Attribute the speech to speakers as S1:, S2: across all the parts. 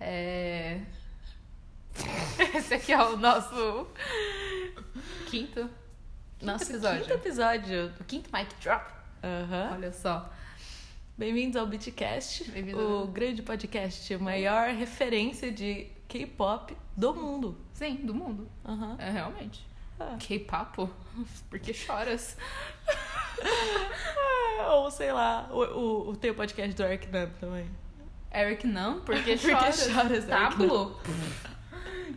S1: é... Esse aqui é o nosso quinto, nosso episódio.
S2: quinto episódio.
S1: O quinto mic drop.
S2: Aham.
S1: Olha só.
S2: Bem-vindos ao Beatcast,
S1: Bem-vindo.
S2: o grande podcast, a maior referência de K-pop do mundo.
S1: Sim, do mundo.
S2: Aham.
S1: É realmente.
S2: Ah.
S1: K-papo? Por que choras?
S2: É, ou sei lá, o, o, o teu podcast do Arknam também.
S1: Eric não, porque
S2: Por que
S1: choras.
S2: choras,
S1: Tablo?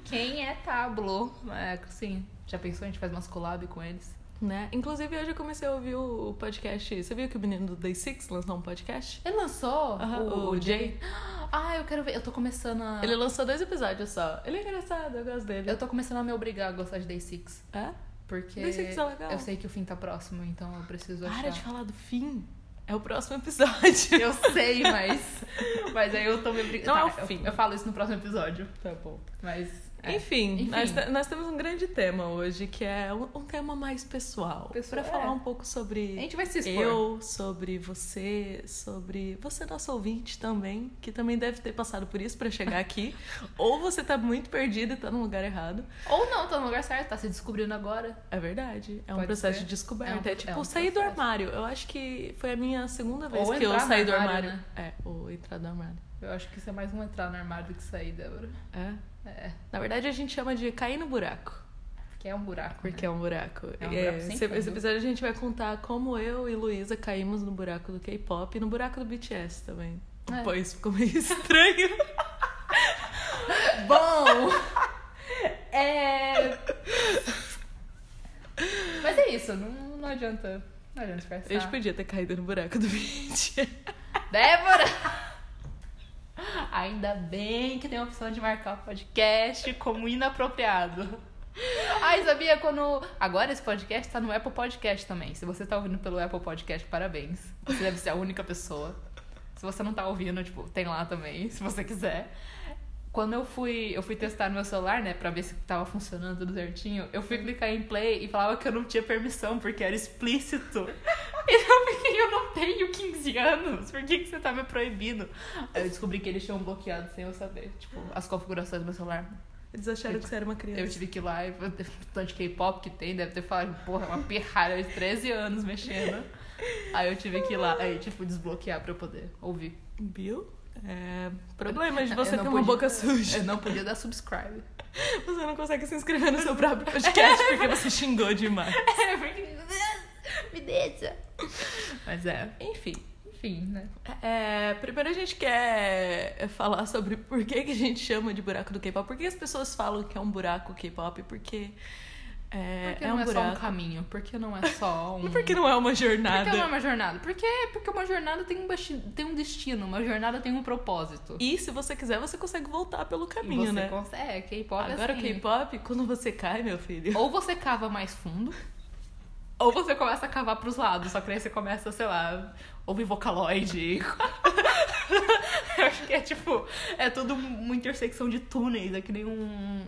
S1: Quem é Tablo? É, assim, já pensou? A gente faz umas collab com eles.
S2: Né? Inclusive, hoje eu comecei a ouvir o o podcast. Você viu que o menino do Day Six lançou um podcast?
S1: Ele lançou
S2: Aham, o Jay.
S1: Ah, eu quero ver. Eu tô começando a.
S2: Ele lançou dois episódios só. Ele é engraçado, eu gosto dele.
S1: Eu tô começando a me obrigar a gostar de Day Six.
S2: É?
S1: Porque
S2: Day Six é legal.
S1: eu sei que o fim tá próximo, então eu preciso achar.
S2: Para de falar do fim. É o próximo episódio.
S1: Eu sei, mas. Mas aí eu tô me obrigando.
S2: Não é o
S1: eu-
S2: fim.
S1: Eu, falo isso no próximo episódio.
S2: Tá bom.
S1: Mas. é.
S2: Enfim,
S1: Enfim.
S2: Nós, te- nós temos um grande tema hoje, que é um, um tema mais pessoal.
S1: Pessoal,
S2: Pra falar
S1: é.
S2: um pouco
S1: A
S2: sobre
S1: gente vai se expor.
S2: eu, sobre você, sobre você, nosso ouvinte também, que também deve ter passado por isso pra chegar aqui. Ou você tá muito perdido e tá no lugar errado.
S1: Ou não, tá no lugar certo, tá se descobrindo agora.
S2: É verdade. É um
S1: Pode
S2: processo
S1: ser.
S2: de descoberta.
S1: É
S2: É,
S1: um- é
S2: tipo,
S1: um
S2: sair do
S1: processo.
S2: armário. Eu acho que foi a minha segunda vez
S1: Ou
S2: que eu
S1: entrar no
S2: saí do armário.
S1: armário, né?
S2: É, ou entrar do armário.
S1: Eu acho que isso é mais um entrar no armário do que sair, Débora.
S2: É.
S1: É.
S2: Na verdade, a gente chama de cair no buraco.
S1: Porque é um buraco.
S2: Porque é um buraco.
S1: É um
S2: É,
S1: buraco sem
S2: esse,
S1: fundo.
S2: esse episódio a gente vai contar como eu e Luísa caímos no buraco do K-pop e no buraco do BTS também.
S1: É.
S2: Pois ficou meio estranho.
S1: Bom! é. Mas é isso, não, não adianta. Não adianta
S2: A gente
S1: disfarçar.
S2: podia ter caído no buraco do BTS.
S1: Débora! Ainda bem que tem a opção de marcar o podcast como inapropriado. Ai, sabia quando. Agora esse podcast tá no Apple Podcast também. Se você tá ouvindo pelo Apple Podcast, parabéns. Você deve ser a única pessoa. Se você não tá ouvindo, tipo, tem lá também, se você quiser. Quando eu fui, eu fui testar no meu celular, né, pra ver se tava funcionando tudo certinho, eu fui clicar em play e falava que eu não tinha permissão, porque era explícito. E eu fiquei, eu não tenho 15 anos, por que, que você tá me proibindo? Aí eu descobri que eles tinham bloqueado sem eu saber, tipo, as configurações do meu celular.
S2: Eles acharam que você era uma criança.
S1: Eu tive que ir lá e o tanto de K-pop que tem, deve ter falado, porra, é uma pirralha de 13 anos mexendo. Aí eu tive que ir lá, aí, tipo, desbloquear pra eu poder ouvir.
S2: Viu? É... Problemas de você
S1: Eu
S2: ter
S1: não
S2: uma
S1: podia-
S2: boca suja.
S1: Eu não podia dar subscribe.
S2: Você não consegue se inscrever no seu próprio podcast porque você xingou demais.
S1: Me deixa. Mas é,
S2: Enfim.
S1: enfim, né?
S2: É, primeiro a gente quer falar sobre por que, que a gente chama de buraco do K-pop. Por que as pessoas falam que é um buraco K-pop? Porque é,
S1: Por que
S2: é
S1: não
S2: um
S1: é só um
S2: buraco.
S1: caminho? Por que não é só um...
S2: E por que não é uma
S1: Por
S2: jornada?
S1: que não é uma jornada? Porque, porque uma jornada tem um, basti- tem um destino, uma jornada tem um propósito.
S2: E se você quiser, você consegue voltar pelo
S1: e
S2: caminho,
S1: você
S2: né?
S1: consegue. É, K-pop é
S2: Agora
S1: assim.
S2: o K-pop, quando você cai, meu filho.
S1: Ou você cava mais fundo, ou você começa a cavar pros lados, só que aí você começa, sei lá, ouvir vocaloid. Eu acho que é tipo, é tudo uma intersecção de túneis, é que nem um,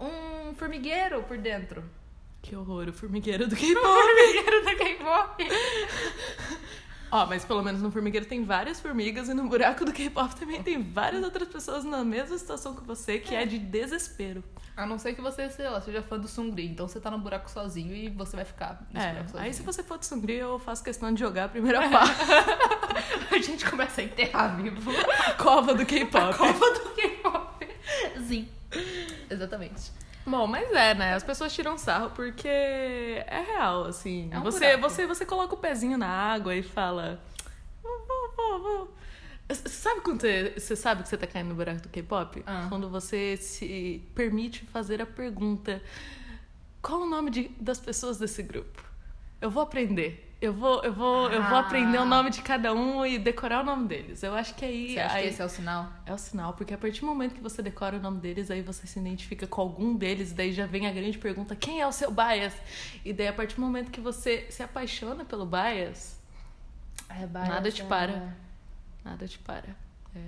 S1: um, um formigueiro por dentro.
S2: Que horror, o formigueiro do
S1: Um
S2: K-pop.
S1: formigueiro da K-pop.
S2: Ó, mas pelo menos no formigueiro tem várias formigas e no buraco do K-pop também tem várias outras pessoas na mesma situação que você, que é de desespero.
S1: A não ser que você, sei lá, seja fã do Sungri, então você tá no buraco sozinho e você vai ficar nesse
S2: É,
S1: buraco sozinho.
S2: aí se você for de sangria, eu faço questão de jogar a primeira parte.
S1: a gente começa a enterrar vivo
S2: Cova do
S1: a
S2: K-pop.
S1: Copa do K-pop. Sim. Exatamente.
S2: Bom, mas é, né? As pessoas tiram sarro porque é real, assim.
S1: É um
S2: você,
S1: buraco.
S2: você, você coloca o pezinho na água e fala. Vou, vou, vou, vou. S- Sabe quando você, você sabe que você tá caindo no buraco do K-pop?
S1: Ah.
S2: Quando você se permite fazer a pergunta: qual o nome de- das pessoas desse grupo? Eu vou aprender. Eu vou, eu vou, eu vou
S1: Ah.
S2: aprender o nome de cada um e decorar o nome deles. Eu acho que aí.
S1: Você acha
S2: aí...
S1: que esse é o sinal?
S2: É o sinal, porque a partir do momento que você decora o nome deles, aí você se identifica com algum deles, daí já vem a grande pergunta: quem é o seu bias? E daí, a partir do momento que você se apaixona pelo bias, É, Nada te para. nada te para. É,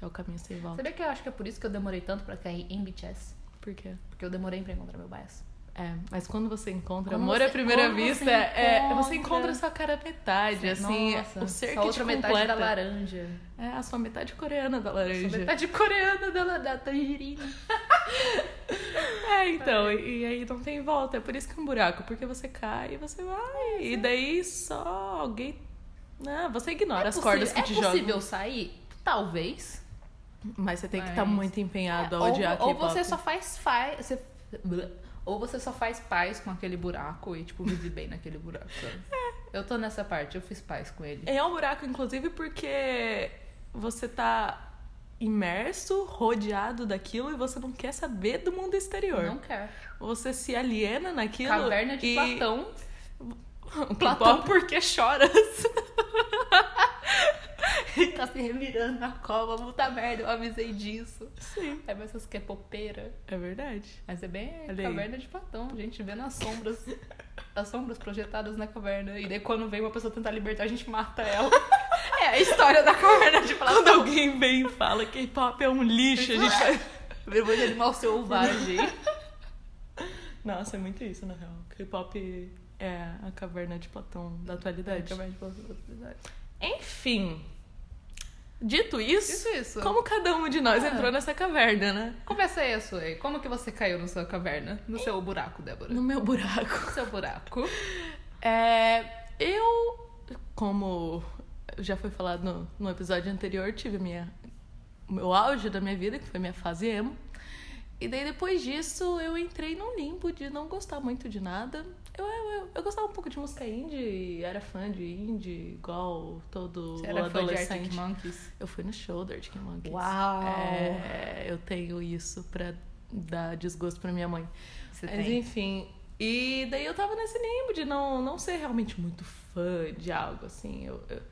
S2: é o caminho sem volta.
S1: Sabia que eu acho que é por isso que eu demorei tanto pra cair em BTS?
S2: Por quê?
S1: Porque eu demorei pra encontrar meu bias.
S2: É, mas quando você encontra
S1: Quando
S2: amor
S1: você-
S2: à primeira
S1: quando você
S2: vista, é,
S1: encontra-
S2: você encontra sua cara à metade, assim,
S1: Nossa,
S2: o ser
S1: só
S2: que te
S1: outra metade
S2: completa.
S1: da laranja.
S2: É, a sua metade coreana da
S1: Sou
S2: laranja.
S1: metade coreana da, da tangerina.
S2: É, então, e, e aí não tem volta. É por isso que é um buraco, porque você cai e você vai.
S1: É,
S2: e daí só alguém. Não, você ignora as cordas que
S1: é
S2: te
S1: possível- É
S2: jogam.
S1: possível sair? Talvez.
S2: Mas você tem que
S1: Mas-
S2: estar muito empenhado a
S1: É, ou,
S2: odiar
S1: ou
S2: K-pop.
S1: você só faz fa- você- blá. ou você só faz paz com aquele buraco e tipo vive bem naquele buraco. sabe? Eu tô nessa parte, eu fiz paz com ele.
S2: É um buraco, inclusive, porque você tá imerso, rodeado daquilo e você não quer saber do mundo exterior.
S1: Não quero.
S2: Você se aliena naquilo.
S1: Caverna de
S2: e...
S1: Platão.
S2: Platão porque choras.
S1: tá se revirando na cova, puta merda, eu avisei disso.
S2: Sim.
S1: É essas que é popeira.
S2: É verdade.
S1: Mas é bem
S2: Olha aí.
S1: caverna de Platão, a gente vê nas sombras. As sombras projetadas na caverna. E daí quando vem uma pessoa tentar libertar, a gente mata ela. é a história da caverna de Platão.
S2: Quando alguém vem e fala que K-pop é um lixo, a gente vai...
S1: Vergonha de animal selvagem.
S2: Nossa, é muito isso, na real. K-pop é a caverna de Platão da atualidade.
S1: É Caverna de Platão.
S2: Enfim, dito isso,
S1: Isso, isso.
S2: como cada um de nós
S1: Ah.
S2: entrou nessa caverna, né?
S1: Começa aí a sua. aí. Como que você caiu na sua caverna? No seu buraco, Débora?
S2: No meu buraco.
S1: No seu buraco.
S2: É, eu, como já foi falado no, no episódio anterior, tive a minha, o meu auge da minha vida, que foi minha fase emo. E daí depois disso eu entrei num limbo de não gostar muito de nada. Eu, eu, eu, eu gostava um pouco de música indie, era fã de indie, igual todo
S1: Você era fã de
S2: adolescente.
S1: Arctic Monkeys?
S2: eu fui no show do Arctic Monkeys.
S1: Uau!
S2: É, eu tenho isso pra dar desgosto pra minha mãe.
S1: Você
S2: Mas
S1: tem.
S2: enfim. E daí eu tava nesse limbo de não, não ser realmente muito fã de algo, assim. Eu, eu-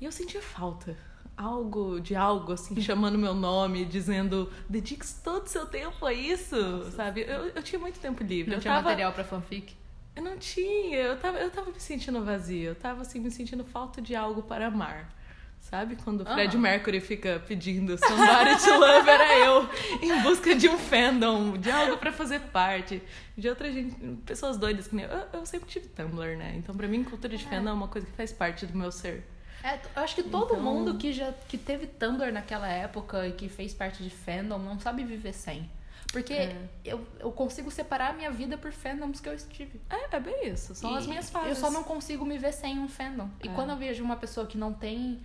S2: E eu sentia falta. Algo de algo, assim, chamando meu nome, dizendo dedique todo o seu tempo a isso, sabe? Eu, eu tinha muito tempo livre.
S1: Não
S2: eu
S1: tinha
S2: tava-
S1: material pra fanfic?
S2: Eu não tinha. Eu tava, eu tava me sentindo vazia. Eu tava, assim, me sentindo falta de algo para amar. Sabe? Quando o Fred
S1: Aham.
S2: Mercury fica pedindo somebody to love, era eu. Em busca de um fandom, de algo pra fazer parte. De outra gente, pessoas doidas que nem eu. Eu, eu sempre tive Tumblr, né? Então pra mim, cultura de fandom é uma coisa que faz parte do meu ser.
S1: É, eu acho que todo
S2: Então-
S1: mundo que já que teve Tumblr naquela época e que fez parte de fandom não sabe viver sem. Porque
S2: É.
S1: eu, eu consigo separar a minha vida por fandoms que eu estive.
S2: É, é bem isso. São
S1: E
S2: as minhas fases.
S1: Eu só não consigo me ver sem um fandom. E
S2: É.
S1: quando eu vejo uma pessoa que não tem,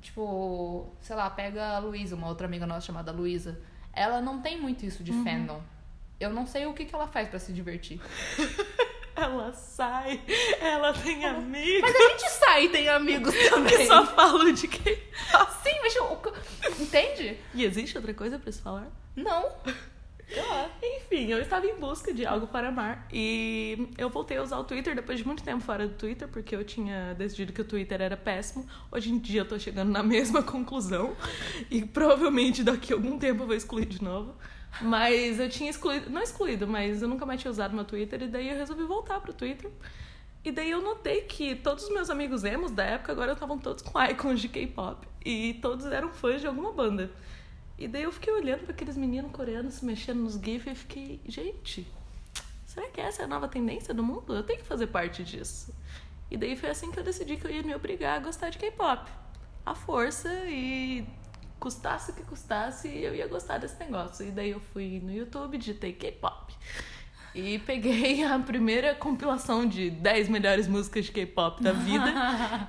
S1: tipo, sei lá, pega a Luísa, uma outra amiga nossa chamada Luísa. Ela não tem muito isso de
S2: Uhum.
S1: fandom. Eu não sei o que, que ela faz pra se divertir.
S2: Ela sai, ela tem amigos.
S1: Mas a gente sai e tem amigos também.
S2: Eu só falo de quem.
S1: Sim, mas eu... entende?
S2: E existe outra coisa pra se falar?
S1: Não.
S2: Enfim, eu estava em busca de algo para amar e eu voltei a usar o Twitter depois de muito tempo fora do Twitter, porque eu tinha decidido que o Twitter era péssimo. Hoje em dia eu tô chegando na mesma conclusão e provavelmente daqui a algum tempo eu vou excluir de novo. Mas eu tinha excluído, não excluído, mas eu nunca mais tinha usado meu Twitter e daí eu resolvi voltar pro Twitter. E daí eu notei que todos os meus amigos emos da época agora estavam todos com icons de K-pop e todos eram fãs de alguma banda. E daí eu fiquei olhando para aqueles meninos coreanos se mexendo nos GIFs e fiquei, gente, será que essa é a nova tendência do mundo? Eu tenho que fazer parte disso. E daí foi assim que eu decidi que eu ia me obrigar a gostar de K-pop. A força e custasse o que custasse, eu ia gostar desse negócio. E daí eu fui no YouTube, digitei K-pop. E peguei a primeira compilação de 10 melhores músicas de K-pop da vida.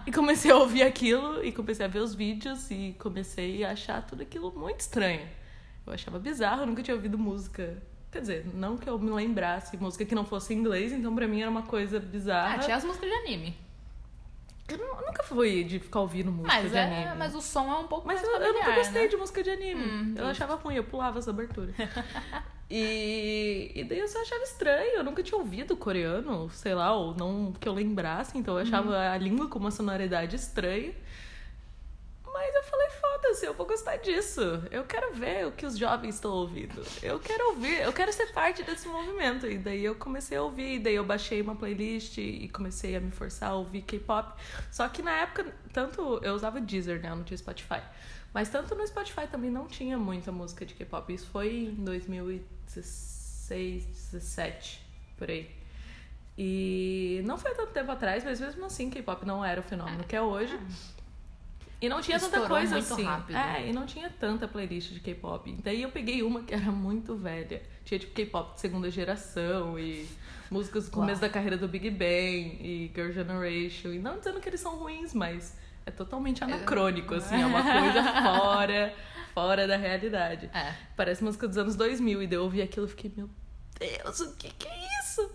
S2: e comecei a ouvir aquilo, e comecei a ver os vídeos, e comecei a achar tudo aquilo muito estranho. Eu achava bizarro, eu nunca tinha ouvido música. Quer dizer, não que eu me lembrasse música que não fosse em inglês, então pra mim era uma coisa bizarra.
S1: Ah, tinha as músicas de anime.
S2: Eu nu- nunca fui de ficar ouvindo música
S1: Mas,
S2: de
S1: é,
S2: anime.
S1: mas o som é um pouco
S2: Mas
S1: mais
S2: eu, eu nunca
S1: familiar,
S2: gostei
S1: né?
S2: de música de anime.
S1: Hum,
S2: eu achava ruim, eu pulava essa abertura. e, e daí eu só achava estranho. Eu nunca tinha ouvido coreano, sei lá, ou não que eu lembrasse. Então eu
S1: Uhum.
S2: achava a língua com uma sonoridade estranha. Mas eu falei, foda-se, eu vou gostar disso. Eu quero ver o que os jovens estão ouvindo. Eu quero ouvir, eu quero ser parte desse movimento. E daí eu comecei a ouvir, e daí eu baixei uma playlist e comecei a me forçar a ouvir K-pop. Só que na época, tanto eu usava Deezer, né? Eu não tinha Spotify. Mas tanto no Spotify também não tinha muita música de K-pop. Isso foi em 2016, 17, por aí. E não foi tanto tempo atrás, mas mesmo assim K-pop não era o fenômeno que é hoje. E não tinha tanta
S1: Estourou
S2: coisa
S1: muito
S2: assim.
S1: rápido.
S2: É, e não tinha tanta playlist de K-pop. Daí eu peguei uma que era muito velha. Tinha tipo K-pop de segunda geração e músicas do começo da carreira do Big Bang e Girl Generation. E não dizendo que eles são ruins, mas é totalmente anacrônico, assim, é uma
S1: né?
S2: coisa fora, fora da realidade.
S1: É.
S2: Parece música dos anos 2000. E daí eu ouvi aquilo e fiquei, meu Deus, o que, que é isso?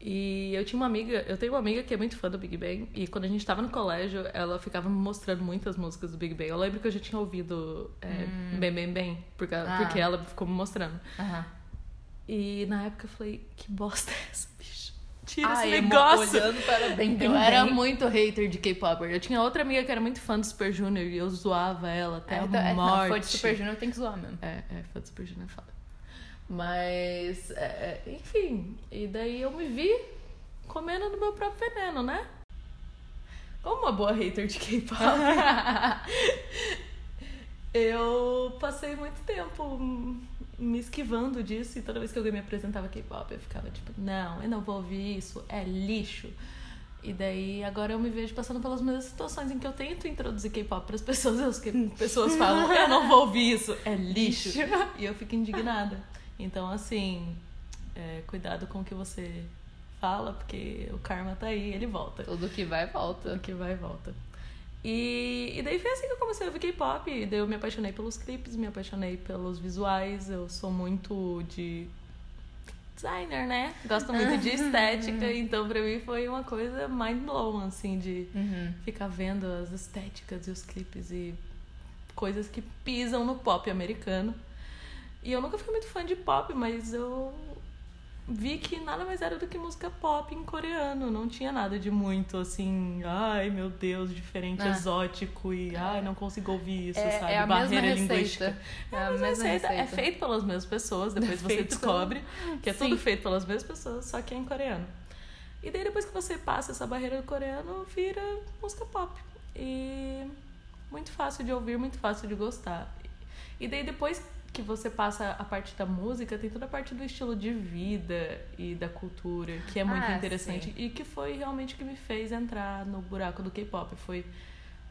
S2: E eu tinha uma amiga, eu tenho uma amiga que é muito fã do Big Bang. E quando a gente tava no colégio, ela ficava me mostrando muitas músicas do Big Bang. Eu lembro que eu já tinha ouvido é, Bem Bem Bem, porque,
S1: Hum. Ah.
S2: porque ela ficou me mostrando.
S1: Aham.
S2: E na época eu falei, que bosta é essa, bicho? Tira
S1: Ai,
S2: esse
S1: emo-
S2: negócio!
S1: Olhando para bem, bem,
S2: Eu era
S1: bem.
S2: muito hater de K-Popper. Eu tinha outra amiga que era muito fã do Super Junior e eu zoava ela até
S1: É, então,
S2: a
S1: é,
S2: morte.
S1: não, foi de Super Junior, tem que zoar mesmo.
S2: É, é, fã do Super Junior é foda. Mas, é, é, enfim, e daí eu me vi comendo do meu próprio veneno, né? Como uma boa hater de K-pop. eu passei muito tempo hum, me esquivando disso e toda vez que alguém me apresentava K-pop eu ficava tipo, não, eu não vou ouvir isso, é lixo. E daí agora eu me vejo passando pelas mesmas situações em que eu tento introduzir K-pop para as pessoas, e as que- pessoas falam, eu não vou ouvir isso, é lixo. E eu fico indignada. Então, assim, é, cuidado com o que você fala, porque o karma tá aí, ele volta.
S1: Tudo que vai, volta.
S2: Que vai e volta. E, e daí foi assim que eu comecei a ouvir K-pop. E daí eu me apaixonei pelos clipes, me apaixonei pelos visuais. Eu sou muito de designer, né? Gosto muito de estética. Então pra mim foi uma coisa mind blown, assim, de
S1: Uhum.
S2: ficar vendo as estéticas e os clipes e coisas que pisam no pop americano. E eu nunca fui muito fã de pop, mas eu vi que nada mais era do que música pop em coreano. Não tinha nada de muito assim, ai meu Deus, diferente,
S1: Ah.
S2: exótico e ai não consigo ouvir isso,
S1: É,
S2: sabe?
S1: é a mesma
S2: Barreira
S1: receita.
S2: linguística.
S1: É a
S2: Mas
S1: mesma
S2: receita
S1: receita. É
S2: é feito pelas mesmas pessoas, depois você
S1: Feito.
S2: descobre que é
S1: Sim.
S2: tudo feito pelas mesmas pessoas, só que é em coreano. E daí depois que você passa essa barreira do coreano, vira música pop. E muito fácil de ouvir, muito fácil de gostar. E daí depois que você passa a parte da música, tem toda a parte do estilo de vida e da cultura, que é muito
S1: Ah,
S2: interessante.
S1: sim.
S2: E que foi realmente o que me fez entrar no buraco do K-pop. Foi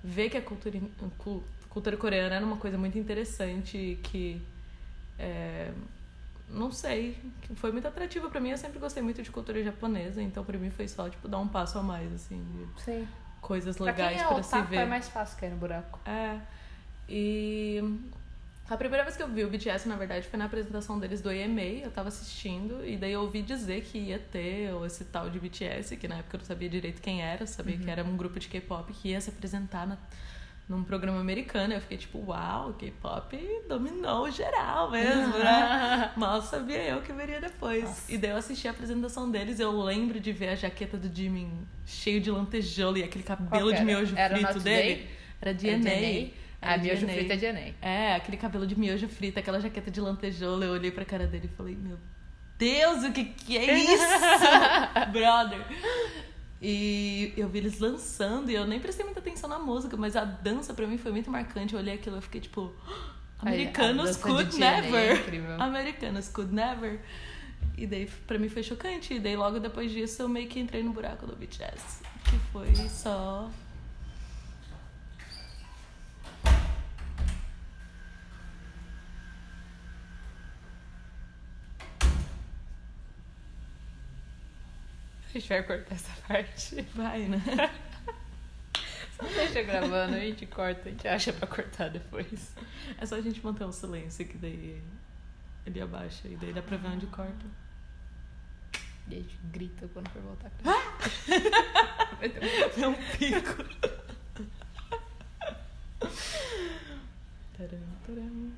S2: ver que a cultura, in- cu- cultura coreana era uma coisa muito interessante que é, não sei, que foi muito atrativa pra mim. Eu sempre gostei muito de cultura japonesa, então pra mim foi só tipo dar um passo a mais assim, de
S1: Sim.
S2: coisas
S1: Pra quem
S2: legais
S1: é
S2: pra se
S1: otaku,
S2: ver.
S1: é mais fácil cair no buraco.
S2: É. E a primeira vez que eu vi o BTS, na verdade, foi na apresentação deles do EMA. Eu tava assistindo e daí eu ouvi dizer que ia ter esse tal de BTS, que na época eu não sabia direito quem era, eu sabia que era um grupo de K-pop que ia se apresentar na- num programa americano. Eu fiquei tipo, uau, o K-pop dominou geral mesmo,
S1: É
S2: né? Mal sabia eu que viria depois. E daí eu assisti a apresentação deles, eu lembro de ver a jaqueta do Jimin cheio de lantejoula e aquele cabelo de
S1: era?
S2: miojo
S1: Era o
S2: frito
S1: Not
S2: dele.
S1: Today?
S2: Era
S1: É
S2: DNA.
S1: DNA. Ah,
S2: Era
S1: miojo
S2: DNA.
S1: frito é DNA.
S2: É, aquele cabelo de miojo frito, aquela jaqueta de lantejoula. Eu olhei pra cara dele e falei, meu Deus, o que que é isso, brother? E eu vi eles lançando e eu nem prestei muita atenção na música, mas a dança pra mim foi muito marcante. Eu olhei aquilo e fiquei tipo,
S1: Aí, a
S2: americanos
S1: dança
S2: could
S1: de DNA é
S2: never.
S1: incrível.
S2: Americanos could never. E daí pra mim foi chocante. E daí logo depois disso eu meio que entrei no buraco do BTS. Que foi só
S1: A gente vai cortar essa parte.
S2: Vai, né?
S1: Só deixa gravando, a gente corta, a gente acha pra cortar depois.
S2: É só a gente manter um silêncio que daí ele abaixa e daí dá pra ver onde corta.
S1: E a gente grita quando for voltar.
S2: É um pico. Taram, taram.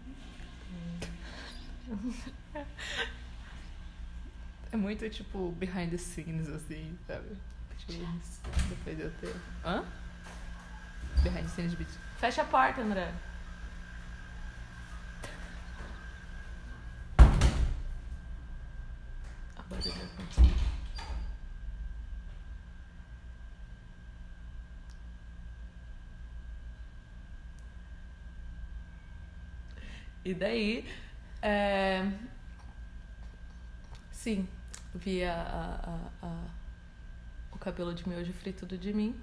S1: É muito tipo behind the scenes, assim, sabe? Deixa eu ver isso. Depois eu ter. Hã? Behind the scenes de beat.
S2: Fecha a porta, André. Agora ele vai conseguir. E daí. é, Sim, vi a, a- a- a- o cabelo de miojo frito do Jimin.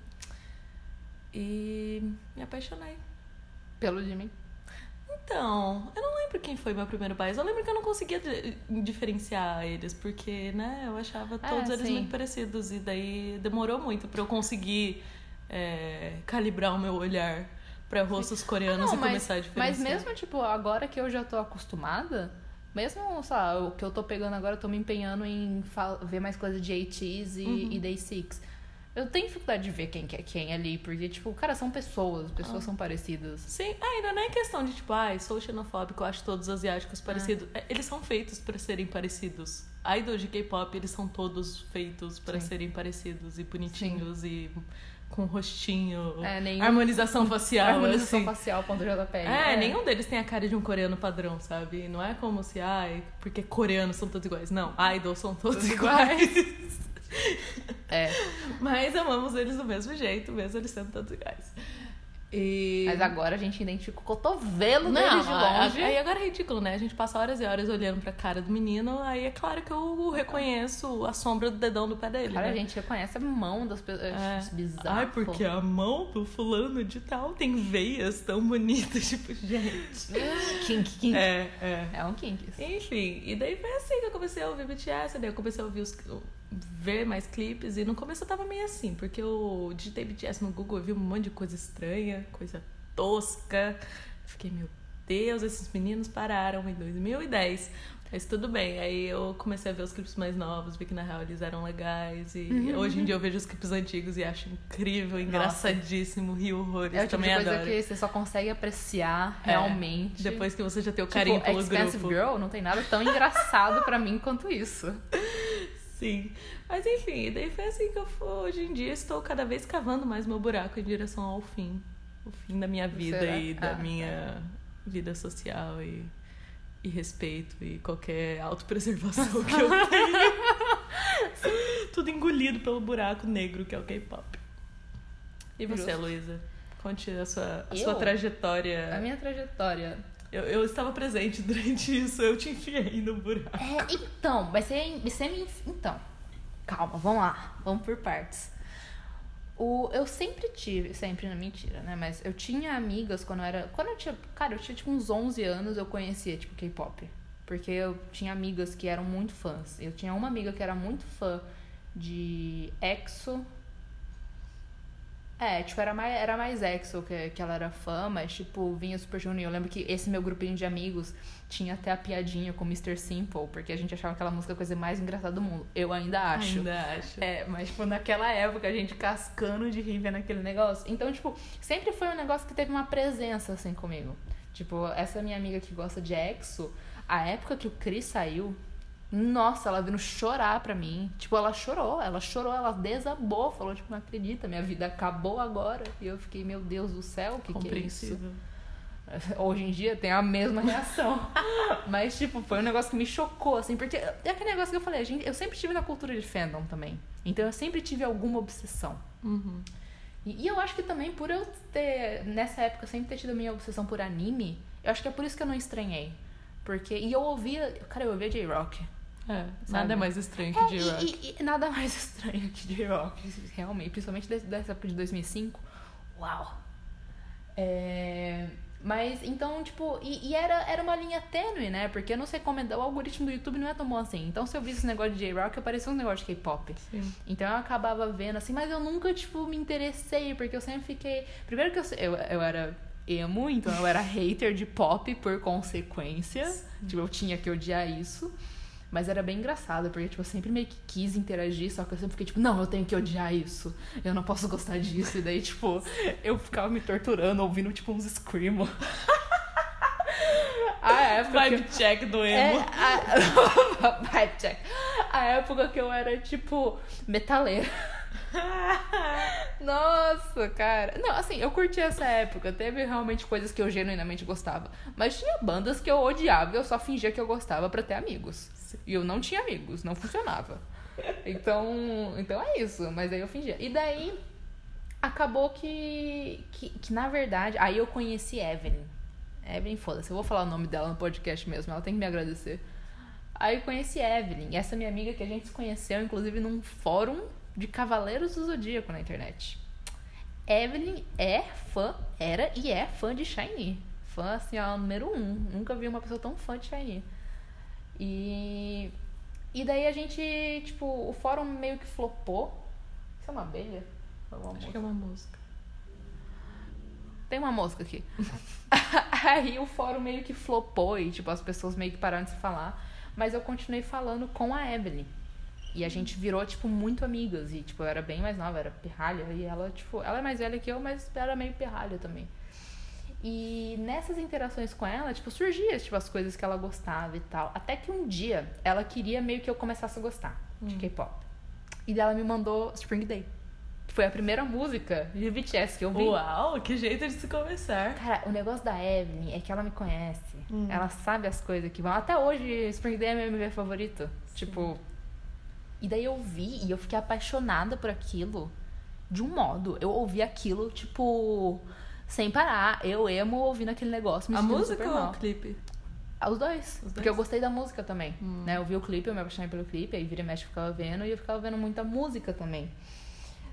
S2: E me apaixonei.
S1: Pelo Jimmy.
S2: Então, eu não lembro quem foi meu primeiro bias. Eu lembro que eu não conseguia di- diferenciar eles, porque, né, eu achava
S1: Ah,
S2: todos eles
S1: sim.
S2: muito parecidos. E daí demorou muito pra eu conseguir é, calibrar o meu olhar pra rostos coreanos e começar a
S1: Ah, mas
S2: diferenciar.
S1: mesmo, tipo, agora que eu já tô acostumada, mesmo, sei lá, o que eu tô pegando agora, eu tô me empenhando em fa- ver mais coisa de ATs e,
S2: Uhum.
S1: e Day Six. Eu tenho dificuldade de ver quem que é quem ali, porque, tipo, cara, são pessoas, pessoas
S2: Ah.
S1: são parecidas.
S2: Sim, ainda não é questão de tipo, ai, sou xenofóbico, eu acho todos os
S1: Ah.
S2: asiáticos parecidos. É, Eles são feitos pra serem parecidos. Idols de K-pop, eles são todos feitos pra
S1: Sim.
S2: serem parecidos e bonitinhos e com rostinho,
S1: É, nenhum- é
S2: harmonização facial.
S1: Harmonização
S2: assim.
S1: facial, ponto JPEG.
S2: É, nenhum deles tem a cara de um coreano padrão, sabe? Não é como se, ai, porque coreanos são todos iguais. Não, idols são todos
S1: Todos
S2: iguais.
S1: É.
S2: Mas amamos eles do mesmo jeito, mesmo eles sendo todos iguais. E...
S1: Mas agora a gente identifica o cotovelo
S2: Não,
S1: deles de longe.
S2: Aí agora é ridículo, né? A gente passa horas e horas olhando pra cara do menino, aí é claro que eu reconheço a sombra do dedão do pé dele.
S1: Cara,
S2: né?
S1: a gente reconhece a mão das pessoas.
S2: É.
S1: Isso é bizarro.
S2: Ai, porque a mão do fulano de tal tem veias tão bonitas, tipo, gente.
S1: Kink, kink. É,
S2: É, é.
S1: um kink.
S2: Enfim, e daí foi assim que eu comecei a ouvir BTS, daí eu comecei a ouvir os, ver mais clipes, e no começo eu tava meio assim, porque eu digitei BTS no Google, eu vi um monte de coisa estranha, coisa tosca. Eu Fiquei, meu Deus, esses meninos pararam em 2010. Mas tudo bem, aí eu comecei a ver os clipes mais novos, vi que na real eles eram legais, e
S1: Uhum.
S2: hoje em dia eu vejo os clipes antigos e acho incrível, engraçadíssimo, rio horrores,
S1: É o tipo de
S2: também
S1: coisa
S2: adoro.
S1: que você só consegue apreciar
S2: É,
S1: realmente.
S2: Depois que você já tem o
S1: Tipo,
S2: carinho pelo
S1: Expensive
S2: grupo.
S1: Girl não tem nada tão engraçado pra mim quanto isso.
S2: Sim. Mas enfim, daí foi assim que eu fui. Hoje em dia estou cada vez cavando mais meu buraco em direção ao fim. O fim da minha vida
S1: Será?
S2: e da
S1: Ah.
S2: minha vida social e, e respeito e qualquer autopreservação que eu tenho. Tudo engolido pelo buraco negro que é o K-pop. E você,
S1: Justo.
S2: Luísa? Conte a sua, a sua
S1: Eu?
S2: trajetória.
S1: A minha trajetória.
S2: Eu, eu estava presente durante isso, eu te enfiei no buraco.
S1: É, então, vai ser. Vai ser minha- então, calma, vamos lá. Vamos por partes. O, eu sempre tive, sempre não é mentira, né? Mas eu tinha amigas quando eu era. Quando eu tinha. Cara, eu tinha tipo uns 11 anos, eu conhecia, tipo, K-pop. Porque eu tinha amigas que eram muito fãs. Eu tinha uma amiga que era muito fã de EXO. É, tipo, era mais, era mais EXO que, que ela era fã, mas, tipo, vinha Super Junior. Eu lembro que esse meu grupinho de amigos tinha até a piadinha com Mr. Simple, porque a gente achava aquela música a coisa mais engraçada do mundo. Eu ainda acho.
S2: Ainda acho.
S1: É, mas tipo, naquela época a gente cascando de rir vendo aquele negócio. Então, tipo, sempre foi um negócio que teve uma presença assim comigo. Tipo, essa minha amiga que gosta de EXO, a época que o Chris saiu, nossa, ela vindo chorar pra mim. Tipo, ela chorou, ela chorou, ela desabou, falou, tipo, não acredita, minha vida acabou agora. E eu fiquei, meu Deus do céu, o que, que é isso?
S2: Compreensível.
S1: Hoje em dia tem a mesma reação. Mas, tipo, foi um negócio que me chocou, assim, porque é aquele negócio que eu falei, a gente, eu sempre tive na cultura de fandom também. Então eu sempre tive alguma obsessão.
S2: Uhum.
S1: E, e eu acho que também por eu ter, nessa época, eu sempre ter tido minha obsessão por anime, eu acho que é por isso que eu não estranhei. Porque. E eu ouvia. Cara, eu ouvia J-Rock.
S2: É,
S1: Sabe?
S2: nada é mais estranho
S1: É,
S2: que
S1: e-
S2: J-Rock.
S1: E, e nada mais estranho que J-Rock, realmente. Principalmente des- dessa época de 2005. Uau! É, Mas, então, tipo... E, e era, era uma linha tênue, né? Porque eu não sei comentar... O algoritmo do YouTube não é tão bom assim. Então, se eu visse esse negócio de J-Rock, aparecia um negócio de K-pop.
S2: Sim.
S1: Então, eu acabava vendo, assim... Mas eu nunca, tipo, me interessei. Porque eu sempre fiquei... Primeiro que eu... se- Eu, eu era emo, então eu era hater de pop por consequência. Tipo, eu tinha que odiar isso. Mas era bem engraçado, porque tipo, eu sempre meio que quis interagir, só que eu sempre fiquei tipo, não, eu tenho que odiar isso. Eu não posso gostar disso. E daí, tipo, eu ficava me torturando, ouvindo tipo uns screamo. a época.
S2: Vibe
S1: Que...
S2: check do
S1: É,
S2: emo.
S1: a... Vai, check. A época que eu era, tipo, metaleira. Nossa, cara. Não, assim, eu curti essa época. Teve realmente coisas que eu genuinamente gostava. Mas tinha bandas que eu odiava e eu só fingia que eu gostava pra ter amigos. E eu não tinha amigos, não funcionava. Então, então é isso. Mas aí eu fingia. E daí, acabou que, que, que, na verdade, aí eu conheci Evelyn. Evelyn, foda-se, eu vou falar o nome dela no podcast mesmo, ela tem que me agradecer. Aí eu conheci Evelyn, essa minha amiga que a gente se conheceu, inclusive, num fórum de Cavaleiros do Zodíaco na internet. Evelyn é fã, era e é fã de Shiny. Fã, assim, ó, número um. Nunca vi uma pessoa tão fã de Shiny. E. E daí a gente, tipo, o fórum meio que flopou. Isso é uma abelha? Ou uma
S2: Acho
S1: mosca?
S2: que é uma música.
S1: Tem uma mosca aqui. Aí o fórum meio que flopou e, tipo, as pessoas meio que pararam de se falar. Mas eu continuei falando com a Evelyn. E a gente virou, tipo, muito amigas. E, tipo, eu era bem mais nova, era pirralha. E ela, tipo, ela é mais velha que eu, mas era meio pirralha também. E nessas interações com ela, tipo, surgia, tipo, as coisas que ela gostava e tal. Até que um dia, ela queria meio que eu começasse a gostar de K-pop. E daí ela me mandou Spring Day. que Foi a primeira música de BTS que eu vi.
S2: Uau, que jeito de se começar.
S1: Cara, o negócio da Evelyn é que ela me conhece.
S2: Hum.
S1: Ela sabe as coisas que vão. Até hoje, Spring Day é meu MV favorito. Tipo. E daí eu vi e eu fiquei apaixonada por aquilo. De um modo. Eu ouvi aquilo, tipo. Sem parar. Eu emo ouvindo aquele negócio. Me
S2: A
S1: sentindo
S2: música
S1: super
S2: ou
S1: mal.
S2: o clipe?
S1: Ah, Os dois.
S2: Os
S1: Porque
S2: dois?
S1: eu gostei da música também. Né? Eu vi o clipe, eu me apaixonei pelo clipe, aí vira e mexe eu ficava vendo, e eu ficava vendo muita música também.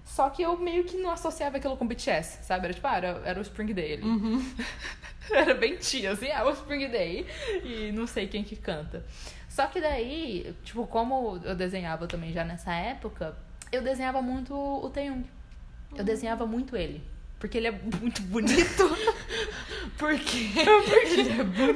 S1: Só que eu meio que não associava aquilo com BTS, sabe? Era tipo, ah, era, era o Spring Day ali. era bem tia, assim, ah, o Spring Day. E não sei quem que canta. Só que daí, tipo, como eu desenhava também já nessa época, eu desenhava muito o Taeyong. Eu desenhava muito ele. Porque ele é muito bonito.
S2: Por quê?
S1: Porque,
S2: é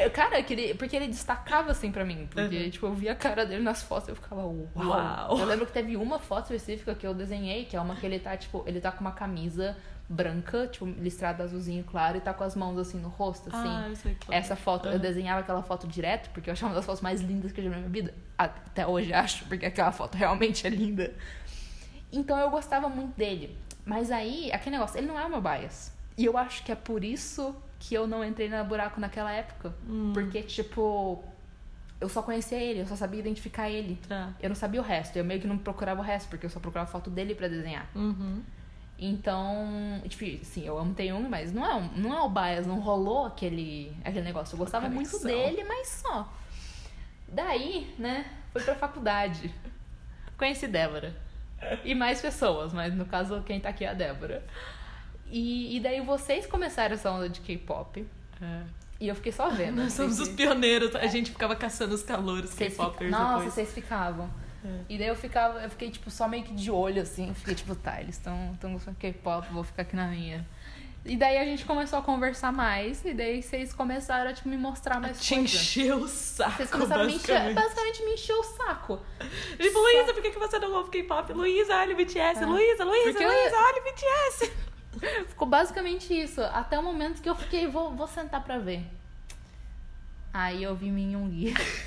S1: porque, cara, que ele, porque ele destacava assim pra mim. Porque, tipo, eu via a cara dele nas fotos e eu ficava, uau.
S2: Uhum. Uau.
S1: Eu lembro que teve uma foto específica que eu desenhei, que é uma que ele tá, tipo, ele tá com uma camisa branca, tipo, listrada azulzinho claro, e tá com as mãos assim no rosto, assim.
S2: Ah, eu sei que
S1: Essa foto, eu
S2: Aham.
S1: desenhava aquela foto direto, porque eu achava uma das fotos mais lindas que eu já vi na minha vida. Até hoje acho, porque aquela foto realmente é linda. Então eu gostava muito dele. Mas aí, aquele negócio, ele não é o meu bias. E eu acho que é por isso que eu não entrei no buraco naquela época. Porque, tipo, eu só conhecia ele, eu só sabia identificar ele.
S2: Tá.
S1: Eu não sabia o resto, eu meio que não procurava o resto, porque eu só procurava foto dele pra desenhar.
S2: Uhum.
S1: Então, tipo, sim, eu amo Taeyong, mas não é, um- não é o bias, não rolou aquele, aquele negócio. Eu gostava muito
S2: conexão.
S1: dele, mas só. Daí, né, fui pra faculdade. Conheci Débora. E mais pessoas, mas no caso quem tá aqui é a Débora. E, e daí vocês começaram essa onda de K-pop. E eu fiquei só vendo. assim.
S2: Nós somos os
S1: Vocês-
S2: pioneiros. A gente ficava caçando os calouros
S1: vocês fica-
S2: K-popers
S1: Nossa,
S2: depois.
S1: vocês ficavam.
S2: É.
S1: E daí eu ficava, eu fiquei tipo só meio que de olho assim, fiquei tipo, tá, eles estão tão gostando de K-pop, vou ficar aqui na minha. E daí a gente começou a conversar mais, e daí vocês começaram a tipo, me mostrar mais
S2: Te
S1: coisas.
S2: encheu o saco,
S1: Vocês começaram a me encher,
S2: basicamente.
S1: basicamente me encher o saco.
S2: Tipo, Luísa, por que que você não ouve K-pop? Luísa, olha o BTS.
S1: É.
S2: Luísa, Luísa,
S1: Porque-
S2: Luísa, olha o BTS.
S1: Ficou basicamente isso, até o momento que eu fiquei, vou, vou sentar pra ver. Aí eu vi Minhyungui.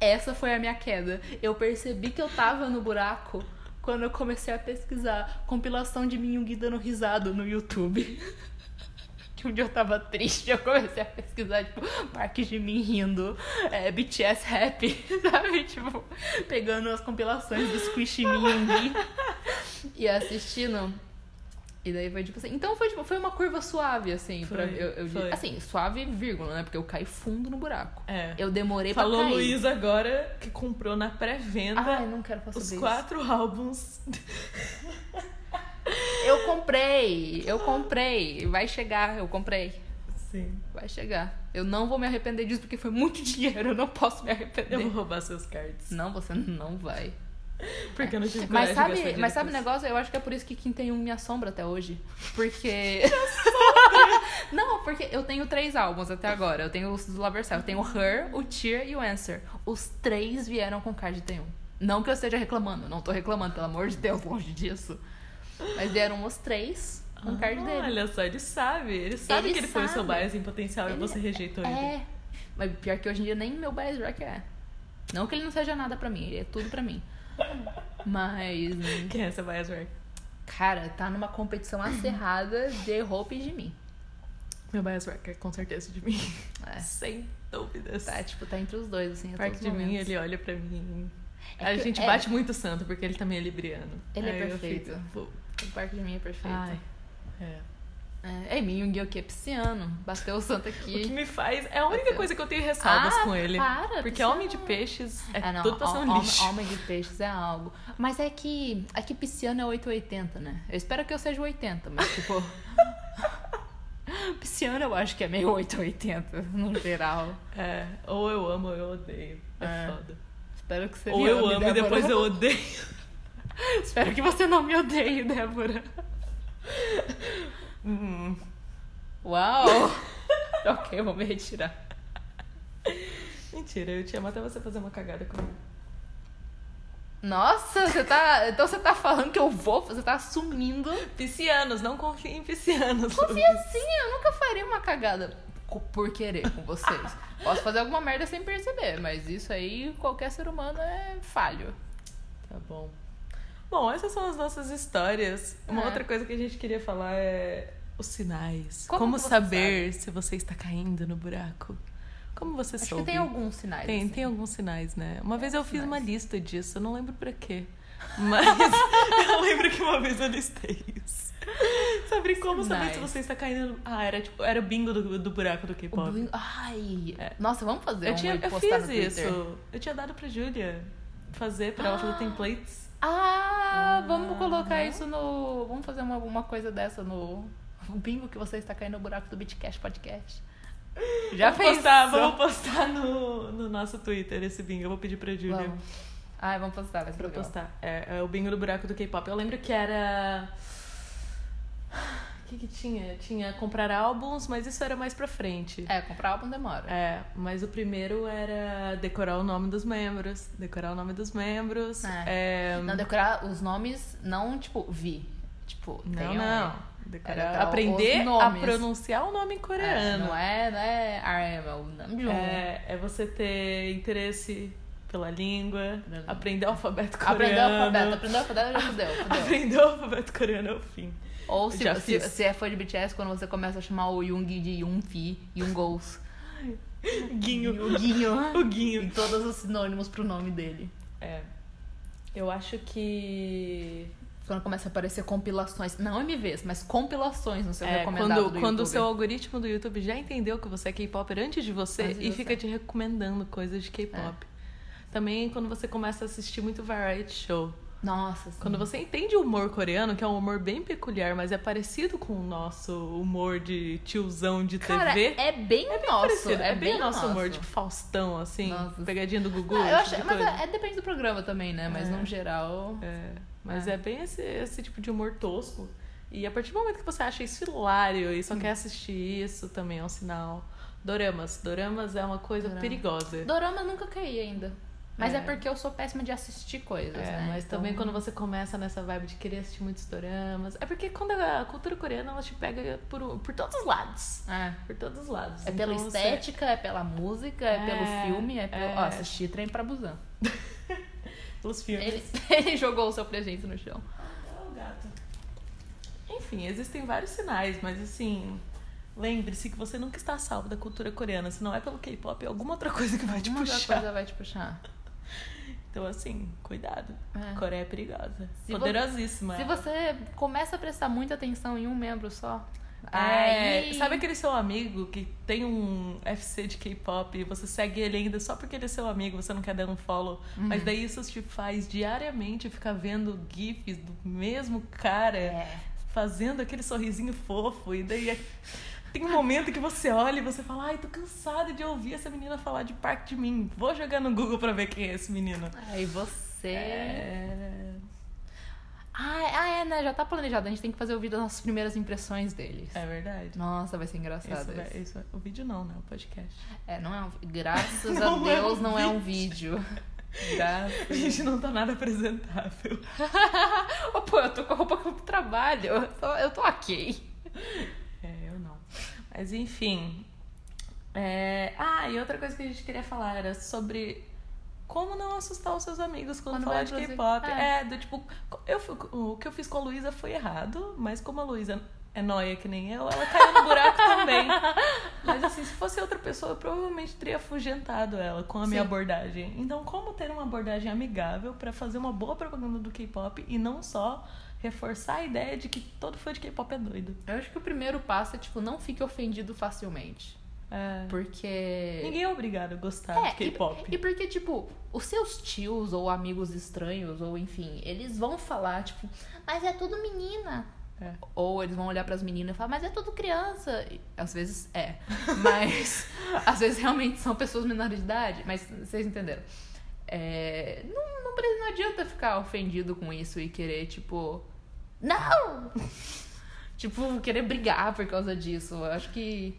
S1: Essa foi a minha queda. Eu percebi que eu tava no buraco quando eu comecei a pesquisar compilação de Minhyungui dando risada no YouTube. Que um dia eu tava triste, eu comecei a pesquisar, tipo, parques de mim rindo, é, BTS rap, sabe? Tipo, pegando as compilações do Squish Minhyungui e assistindo. E daí foi tipo assim. Então foi, tipo, foi uma curva suave, assim,
S2: Foi,
S1: pra eu, eu
S2: foi.
S1: Assim, suave, vírgula, né? Porque eu caí fundo no buraco.
S2: É.
S1: Eu demorei
S2: Falou
S1: pra cair.
S2: Luísa agora que comprou na pré-venda
S1: Ai, não quero falar
S2: os
S1: sobre
S2: quatro álbuns.
S1: isso. Eu comprei, eu comprei. Vai chegar, eu comprei.
S2: Sim.
S1: Vai chegar. Eu não vou me arrepender disso porque foi muito dinheiro. Eu não posso me arrepender.
S2: Eu vou roubar seus cards.
S1: Não, você não vai.
S2: Porque eu não tive coragem
S1: Mas
S2: de gastar
S1: sabe,
S2: dinheiro
S1: mas sabe o
S2: com isso.
S1: negócio? Eu acho que é por isso que Kim tem um me assombra até hoje. Porque. não, porque eu tenho três álbuns até agora. Eu tenho os do Lover Cell. Eu tenho o Her, o Tear e o Answer. Os três vieram com card tem um. Não que eu esteja reclamando, não tô reclamando, pelo amor de Deus, longe disso. Mas vieram os três com Um card dele.
S2: Olha só, ele sabe. Ele sabe
S1: Ele
S2: que ele foi o seu
S1: sabe.
S2: bias em potencial e
S1: Ele-
S2: você rejeitou ele.
S1: É. Mas pior que hoje em dia nem meu bias rock é. Não que ele não seja nada pra mim, ele é tudo pra mim. Mas. né?
S2: Quem é essa bias work?
S1: Cara, tá numa competição acirrada de roupa e de mim.
S2: Meu bias worker, com certeza de mim.
S1: É.
S2: Sem dúvidas.
S1: Tá, tipo, tá entre os dois, assim. a
S2: Parte
S1: todos
S2: de
S1: os
S2: mim,
S1: momentos.
S2: ele olha pra mim.
S1: É
S2: a
S1: que-
S2: gente
S1: é.
S2: bate muito santo, porque ele também é libriano.
S1: Ele é
S2: Aí eu
S1: perfeito.
S2: fico, pô,
S1: O parte de mim é perfeito.
S2: Ai. É.
S1: É, é mim, um psiano. Bateu o santo
S2: O que
S1: aqui.
S2: me faz. É a única
S1: Bateu.
S2: coisa que eu tenho ressalvas
S1: Ah,
S2: com ele.
S1: para,
S2: porque
S1: Pisciano.
S2: homem de peixes é
S1: Ah, não,
S2: tudo pra ser
S1: hom-
S2: um
S1: hom-
S2: lixo.
S1: Homem de peixes é algo. Mas é que. É que pisciano é 880, né? Eu espero que eu seja 80, mas tipo. pisciano eu acho que é meio 880, no geral.
S2: É, ou eu amo ou eu odeio. É,
S1: É.
S2: foda.
S1: Espero que você
S2: Ou
S1: me
S2: eu
S1: ame,
S2: amo e depois
S1: Débora.
S2: eu odeio.
S1: Espero que você não me odeie, Débora.
S2: Hum.
S1: Uau! ok, eu vou me retirar.
S2: Mentira, eu te amo até você fazer uma cagada comigo.
S1: Nossa, você tá. Então você tá falando que eu vou. Você tá assumindo.
S2: Piscianos, não confiem em piscianos.
S1: Confia sim, eu nunca faria uma cagada co- por querer com vocês. Posso fazer alguma merda sem perceber, mas isso aí qualquer ser humano é falho.
S2: Tá bom. Bom, essas são as nossas histórias. Uma
S1: É.
S2: outra coisa que a gente queria falar é os sinais.
S1: Como
S2: Como,
S1: que você
S2: saber se você está caindo no buraco? Como você
S1: Acho
S2: soube?
S1: que tem alguns sinais.
S2: Tem,
S1: assim.
S2: tem alguns sinais, né? Uma vez eu fiz
S1: sinais.
S2: uma lista disso, eu não lembro pra quê. Mas eu lembro que uma vez eu listei isso. Sobre como saber
S1: Sinais.
S2: se você está caindo. no- Ah, era tipo, era o bingo do, do buraco do
S1: O
S2: K-pop.
S1: Bing- Ai!
S2: É.
S1: Nossa, vamos fazer
S2: Eu,
S1: uma
S2: tinha,
S1: e
S2: eu
S1: postar
S2: fiz
S1: no Twitter.
S2: isso. Eu tinha dado pra Júlia fazer, pra ela fazer
S1: Ah.
S2: templates.
S1: Ah, vamos colocar
S2: Aham.
S1: isso no. Vamos fazer uma, uma coisa dessa no. O bingo que você está caindo no buraco do Bitcast Podcast. Já
S2: vamos
S1: fez
S2: postar,
S1: isso?
S2: Vamos postar no, no nosso Twitter esse bingo. Eu vou pedir pra Júlia
S1: Vamos. Ai, vamos postar, vai ser
S2: pra
S1: legal.
S2: postar. É, é o bingo do buraco do K-pop. Eu lembro que era. O que, que tinha? Tinha comprar álbuns, mas isso era mais pra frente.
S1: É, comprar álbum demora.
S2: É, mas o primeiro era decorar o nome dos membros. Decorar o nome dos membros. É,
S1: Ah. Não, decorar os nomes, não, tipo, vi. Tipo,
S2: não,
S1: tem um-
S2: não.
S1: é
S2: Decorar,
S1: decorar
S2: aprender
S1: os
S2: a
S1: nomes.
S2: pronunciar o nome
S1: É,
S2: coreano.
S1: não é, não é RM, é o Namjoon.
S2: É, é você ter interesse pela língua,
S1: Pela língua.
S2: aprender o alfabeto coreano.
S1: Aprender o alfabeto, aprender o alfabeto já fudeu, fudeu.
S2: Aprender o alfabeto coreano é o fim.
S1: Ou se,
S2: Já
S1: se,
S2: fiz.
S1: se é fã de BTS, quando você começa a chamar o Jung de Yoonfi, Youngos,
S2: Guinho.
S1: o Guinho,
S2: O guinho.
S1: e todos os sinônimos pro nome dele.
S2: É. Eu acho que.
S1: Quando começa a aparecer compilações, não MVs, mas compilações no seu
S2: É,
S1: recomendado
S2: quando
S1: do
S2: quando o
S1: YouTube.
S2: seu algoritmo do YouTube já entendeu que você é K-Popper antes de você
S1: Antes de
S2: e
S1: você. É.
S2: fica te recomendando coisas de K-pop. Também quando você começa a assistir muito variety show.
S1: Nossa, sim.
S2: Quando você entende o humor coreano, que é um humor bem peculiar, mas é parecido com o nosso humor de tiozão de
S1: Cara,
S2: TV.
S1: é bem
S2: É bem
S1: nosso.
S2: parecido,
S1: é,
S2: bem o nosso, humor, tipo Faustão, assim,
S1: Nossa.
S2: pegadinha do Gugu,
S1: Não, eu
S2: esse
S1: acho-
S2: tipo de
S1: mas
S2: coisa.
S1: é, é- depende do programa também, né? Mas
S2: É.
S1: no geral.
S2: É, mas
S1: É.
S2: é, bem esse, esse tipo de humor tosco. E a partir do momento que você acha isso hilário
S1: Hum.
S2: e só quer assistir isso, também é um sinal. Doramas. Doramas é uma coisa
S1: Dorama.
S2: perigosa.
S1: Dorama eu nunca caí ainda. Mas é.
S2: É.
S1: porque eu sou péssima de assistir coisas,
S2: É,
S1: né?
S2: mas
S1: Então-
S2: também quando você começa nessa vibe de querer assistir muitos doramas. É porque quando a cultura coreana ela te pega por, por todos os lados.
S1: É.
S2: Por todos os lados.
S1: É pela
S2: Então, você-
S1: estética, é pela música, é,
S2: É,
S1: pelo filme, é pelo.
S2: é.
S1: Ó, assisti trem pra Busan.
S2: Pelos filmes.
S1: Ele, ele jogou o seu presente no chão.
S2: Enfim, existem vários sinais, mas assim, lembre-se que você nunca está salvo da cultura coreana. Se não é pelo K-pop, é alguma outra coisa que vai te
S1: Uma
S2: puxar.
S1: coisa vai te puxar.
S2: Então, assim, cuidado.
S1: É.
S2: Coreia é perigosa.
S1: Se vo-
S2: Poderosíssima.
S1: Se você começa a prestar muita atenção em um membro só.
S2: É,
S1: aí-
S2: Sabe aquele seu amigo que tem um FC de K-pop e você segue ele ainda só porque ele é seu amigo, você não quer dar um follow?
S1: Uhum.
S2: Mas daí isso te faz diariamente ficar vendo GIFs do mesmo cara.
S1: É.
S2: fazendo aquele sorrisinho fofo. E daí é- tem um momento que você olha e você fala: Ai, tô cansada de ouvir essa menina falar de Park de mim. Vou jogar no Google pra ver quem é esse menino.
S1: Aí você.
S2: É.
S1: Ah, é- ah, é, né? Já tá planejado. A gente tem que fazer o vídeo das nossas primeiras impressões deles.
S2: É verdade.
S1: Nossa, vai ser
S2: Isso,
S1: engraçado
S2: vai-
S1: isso.
S2: isso é- o vídeo não, né? O podcast.
S1: É, não é um... Graças a
S2: Não é um
S1: Deus, não é um vídeo. Graças.
S2: A gente não tá nada apresentável.
S1: Ô, pô, eu tô com a roupa que eu trabalho. Eu tô, eu tô ok.
S2: É, eu não. Mas enfim. É, Ah, e outra coisa que a gente queria falar era sobre como não assustar os seus amigos quando,
S1: Quando
S2: falar
S1: vai
S2: de
S1: produzir.
S2: K-pop.
S1: É.
S2: É. do tipo, eu, fui- o que eu fiz com a Luísa foi errado, mas como a Luísa é noia que nem eu, ela caiu no buraco também. Mas assim, se fosse outra pessoa, eu provavelmente teria afugentado ela com a minha
S1: Sim.
S2: abordagem. Então, como ter uma abordagem amigável pra fazer uma boa propaganda do K-pop e não só reforçar a ideia de que todo fã de K-pop é doido?
S1: Eu acho que o primeiro passo é, tipo, não fique ofendido facilmente.
S2: É.
S1: Porque.
S2: Ninguém é obrigado a gostar
S1: É,
S2: de K-pop.
S1: E porque, tipo, os seus tios ou amigos estranhos, ou enfim, eles vão falar, tipo, mas é tudo menina.
S2: É.
S1: Ou eles vão olhar pras meninas e falar, mas é tudo criança. E, às vezes é. Mas às vezes realmente são pessoas menores de idade. Mas vocês entenderam. É, não, não, pre- não adianta ficar ofendido com isso e querer, tipo. Não! tipo, querer brigar por causa disso. Eu acho que.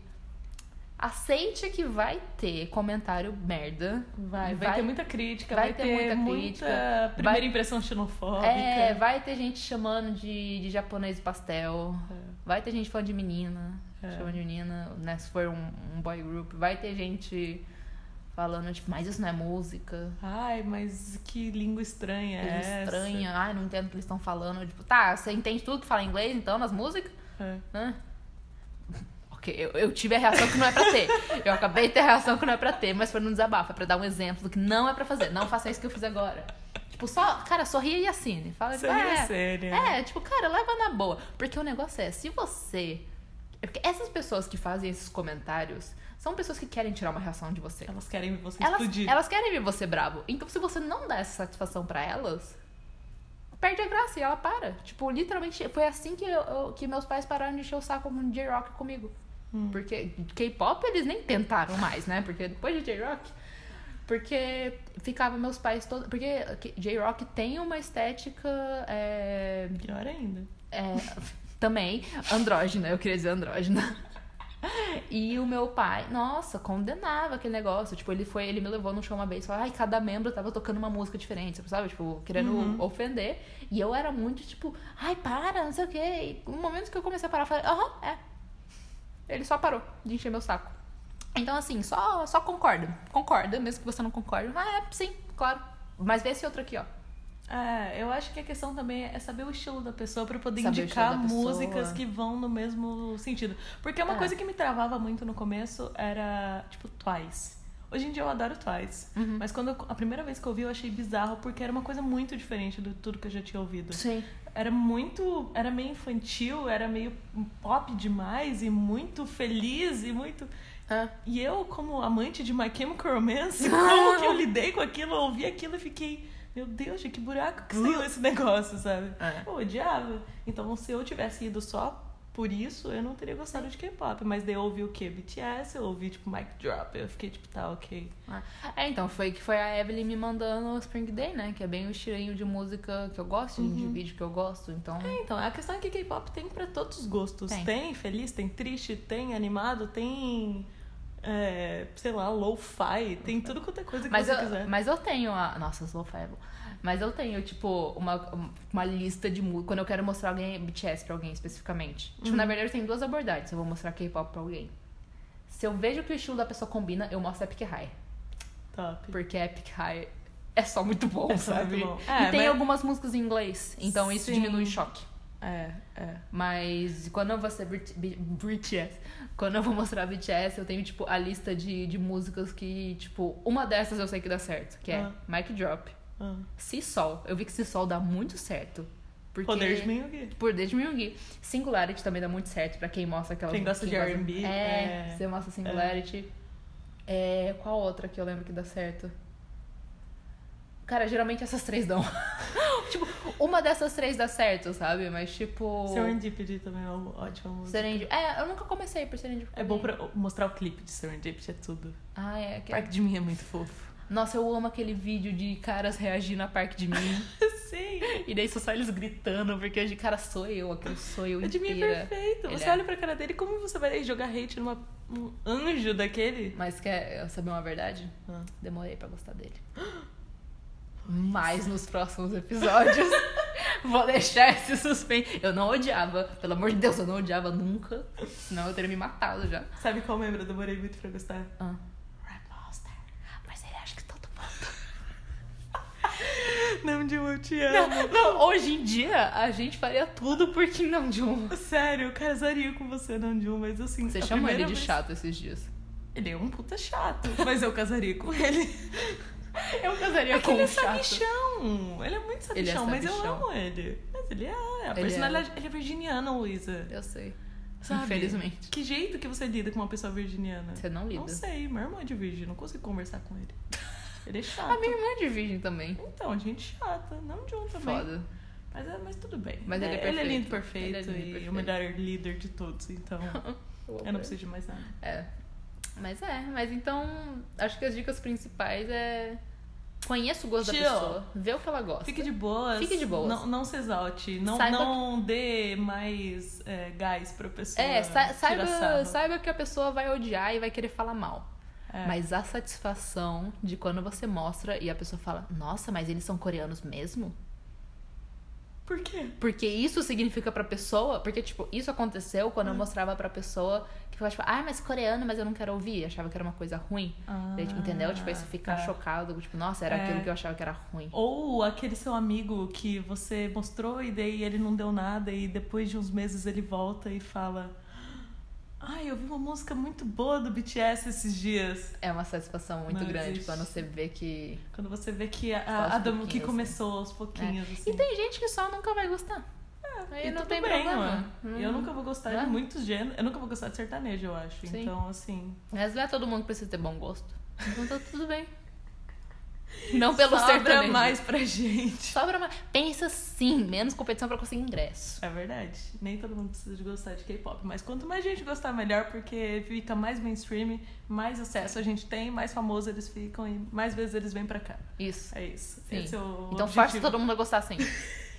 S1: Aceite que vai ter comentário merda.
S2: Vai, vai,
S1: Vai-
S2: ter muita crítica,
S1: vai
S2: vai,
S1: ter
S2: ter, muita,
S1: muita crítica,
S2: primeira
S1: vai-
S2: impressão xenofóbica.
S1: É, vai ter gente chamando de, de japonês pastel. Vai ter gente falando de menina.
S2: É.
S1: Chamando de menina, né? Se for um, um boy group. Vai ter gente falando, tipo, mas isso não é música.
S2: Ai, mas que língua estranha é
S1: Coisa
S2: essa?
S1: estranha. Ai, não entendo o que eles estão falando. Tipo, tá, você entende tudo que fala inglês, então, nas músicas?
S2: É.
S1: Né? Ok, eu, eu tive a reação que não é pra ter. Eu acabei de ter a reação que não é pra ter, mas foi num desabafo, é pra dar um exemplo do que não é pra fazer. Não faça isso que eu fiz agora. Tipo, só, cara, sorria e assine. Fala, tipo,
S2: Seria
S1: é,
S2: séria.
S1: é, tipo, cara, leva na boa. Porque o negócio é, se você. porque essas pessoas que fazem esses comentários são pessoas que querem tirar uma reação de você.
S2: Elas querem você
S1: Elas,
S2: explodir.
S1: elas querem ver você bravo. Então, se você não dá essa satisfação pra elas, perde a graça e ela para. Tipo, literalmente, foi assim que, eu- eu- que meus pais pararam de encher o saco no J-Rock comigo.
S2: Hum.
S1: Porque K-pop eles nem tentaram mais, né? Porque depois de J-Rock. Porque ficava meus pais todos. Porque J-Rock tem uma estética. é,
S2: Pior ainda.
S1: é, também, andrógena, eu queria dizer andrógena. E o meu pai, nossa, condenava aquele negócio. Tipo, ele foi, ele me levou no show uma vez e falou, ai, cada membro tava tocando uma música diferente, sabe? Tipo, querendo ofender. E eu era muito, tipo, ai, para, não sei o quê. E no momento que eu comecei a parar, eu falei, aham, é. Ele só parou de encher meu saco. Então, assim, só, só concorda. Concorda, mesmo que você não concorde. Ah, é, sim, claro. Mas vê esse outro aqui, ó.
S2: É, eu acho que a questão também é saber o estilo da pessoa pra poder
S1: Saber o
S2: indicar
S1: estilo da pessoa.
S2: músicas que vão no mesmo sentido. Porque uma
S1: É.
S2: coisa que me travava muito no começo era, tipo, Twice. Hoje em dia eu adoro Twice.
S1: Uhum.
S2: Mas quando eu- a primeira vez que eu ouvi, eu achei bizarro, porque era uma coisa muito diferente do tudo que eu já tinha ouvido.
S1: Sim.
S2: Era muito. Era meio infantil, era meio pop demais e muito feliz e muito.
S1: É.
S2: E eu, como amante de My Chemical Romance, como que eu lidei com aquilo? Eu ouvi aquilo e fiquei, meu Deus, de que buraco que
S1: Hum.
S2: saiu esse negócio, sabe?
S1: É.
S2: Eu odiava. Então, se eu tivesse ido só por isso, eu não teria gostado de K-pop. Mas daí eu ouvi o quê? BTS, eu ouvi, tipo, Mic Drop. Eu fiquei, tipo, tá, ok.
S1: Ah, É, então, foi que foi a Evelyn me mandando o Spring Day, né? Que é bem o estilinho de música que eu gosto, de vídeo que eu gosto, então...
S2: Então, a questão Uhum. é que K-pop tem pra todos os gostos.
S1: Tem.
S2: Tem. feliz, tem triste, tem animado, tem. é, sei lá, lo-fi, tem tudo quanto é coisa que
S1: Mas
S2: você
S1: eu,
S2: quiser.
S1: mas eu tenho a... Nossa, eu sou febo. Mas eu tenho, tipo, uma, uma lista de música. Quando eu quero mostrar alguém BTS pra alguém especificamente.
S2: Uhum.
S1: Tipo, na verdade, eu tenho duas abordagens. se Eu vou mostrar K-pop pra alguém. Se eu vejo que o estilo da pessoa combina, eu mostro Epic High.
S2: Top.
S1: Porque Epic High é só muito bom,
S2: É só
S1: sabe?
S2: muito bom.
S1: e
S2: É,
S1: tem
S2: mas-
S1: algumas músicas em inglês. Então isso
S2: Sim.
S1: diminui o choque.
S2: É, é.
S1: Mas quando eu vou ser Brit- B- BTS, quando eu vou mostrar BTS, eu tenho, tipo, a lista de, de músicas que, tipo, uma dessas eu sei que dá certo, que é
S2: Ah.
S1: Mic Drop,
S2: Ah.
S1: Si Sol. Eu vi que Si Sol dá muito certo. Porque...
S2: Poder de Miyugi.
S1: Poder de Miyugi. Singularity também dá muito certo pra quem mostra aquelas...
S2: Quem gosta de
S1: gosta-
S2: R&B,
S1: É,
S2: é.
S1: você mostra Singularity. É, qual outra que eu lembro que dá certo? Cara, geralmente essas três dão. tipo, uma dessas três dá certo, sabe? Mas, tipo...
S2: Serendipity também é uma ótima música.
S1: Serendip. É, eu nunca comecei por Serendip.
S2: É bom pra mostrar o clipe de Serendipity, é tudo.
S1: Ah, é. que-
S2: Parque de mim é muito fofo.
S1: Nossa, eu amo aquele vídeo de caras reagindo a Parque de Mim.
S2: Sim.
S1: e daí só sai eles gritando, porque hoje, cara, sou eu, aquele sou eu
S2: O de mim
S1: inteira.
S2: é perfeito.
S1: Ele
S2: Você
S1: é.
S2: olha pra cara dele, como você vai jogar hate numa, um anjo daquele?
S1: Mas quer saber uma verdade?
S2: Ah.
S1: Demorei pra gostar dele. Mas nos próximos episódios vou deixar esse suspense. Eu não odiava, pelo amor de Deus, eu não odiava nunca. Senão eu teria me matado já.
S2: Sabe qual membro eu demorei muito pra gostar?
S1: Ah.
S2: Red Monster.
S1: Mas ele acha que todo mundo.
S2: Não Jun, eu te amo.
S1: Não, hoje em dia a gente faria tudo por Kim Nam Jun.
S2: Sério, eu casaria com você, Namjoon, mas assim...
S1: Você
S2: a
S1: chamou ele
S2: primeira
S1: de
S2: vez-
S1: chato esses dias.
S2: Ele é um puta chato, mas eu casaria com ele.
S1: Eu casaria
S2: É que
S1: com
S2: ele
S1: um
S2: é
S1: chato.
S2: sabichão. Ele é muito sabichão,
S1: Ele é
S2: mas eu
S1: sabichão.
S2: amo ele. Mas ele é... A
S1: Ele é.
S2: personalidade... Ele é, virginiano, Luísa.
S1: Eu sei.
S2: Sabe?
S1: Infelizmente.
S2: Que jeito que você lida com uma pessoa virginiana?
S1: Você não lida.
S2: Não sei, meu irmão é de virgem, não consigo conversar com ele. Ele é chato.
S1: A minha irmã é de virgem também.
S2: Então, gente chata. Não de um também.
S1: Foda.
S2: Mas, é- mas tudo bem.
S1: Mas ele é
S2: Ele é lindo,
S1: perfeito.
S2: perfeito.
S1: Ele é lindo,
S2: e
S1: perfeito.
S2: o melhor líder de todos, então... eu não preciso de mais nada.
S1: É. Mas é, mas então acho que as dicas principais é conheça o gosto
S2: Tio.
S1: da pessoa, vê o que ela gosta.
S2: Fique de boas.
S1: Fique de boas.
S2: Não, não se exalte. Não,
S1: Saiba
S2: não dê mais é, gás pra pessoa.
S1: É, sa-
S2: tirar
S1: saiba,
S2: sarro.
S1: saiba que a pessoa vai odiar e vai querer falar mal.
S2: É.
S1: Mas a satisfação de quando você mostra e a pessoa fala, nossa, mas eles são coreanos mesmo?
S2: Por quê?
S1: Porque isso significa pra pessoa. Porque, tipo, isso aconteceu quando
S2: Hum.
S1: eu mostrava pra pessoa que ficava tipo, ah, mas coreano, mas eu não quero ouvir. Achava que era uma coisa ruim. Daí, tipo, entendeu? Tipo, aí você fica
S2: Ah, tá.
S1: chocado, tipo, nossa, era
S2: É.
S1: aquilo que eu achava que era ruim.
S2: Ou aquele seu amigo que você mostrou e daí ele não deu nada e depois de uns meses ele volta e fala: Ai, eu vi uma música muito boa do BTS esses dias.
S1: É uma satisfação muito
S2: Não
S1: grande
S2: existe.
S1: quando você vê que.
S2: Quando você vê que a,
S1: Só aos
S2: a, a do- que
S1: pouquinhos, né? É.
S2: começou aos pouquinhos. Assim.
S1: E tem gente que só nunca vai gostar. aí
S2: É, E
S1: não
S2: tudo
S1: tem
S2: bem,
S1: problema.
S2: ué.
S1: Hum.
S2: Eu nunca vou gostar
S1: Né?
S2: de muitos gêneros. Eu nunca vou gostar de sertanejo, eu acho.
S1: Sim.
S2: Então, assim.
S1: Mas não é todo mundo que precisa ter bom gosto. Então tá tudo bem. Não pelo
S2: sobra
S1: sertanejo.
S2: mais pra gente.
S1: Sobra mais. Pensa sim, menos competição pra conseguir ingresso.
S2: É verdade. Nem todo mundo precisa de gostar de K-pop. Mas quanto mais gente gostar, melhor, porque fica mais mainstream, mais acesso a gente tem, mais famoso eles ficam e mais vezes eles vêm pra cá.
S1: Isso.
S2: É isso.
S1: Sim.
S2: Esse é o
S1: Então
S2: objetivo.
S1: força todo mundo a gostar sim.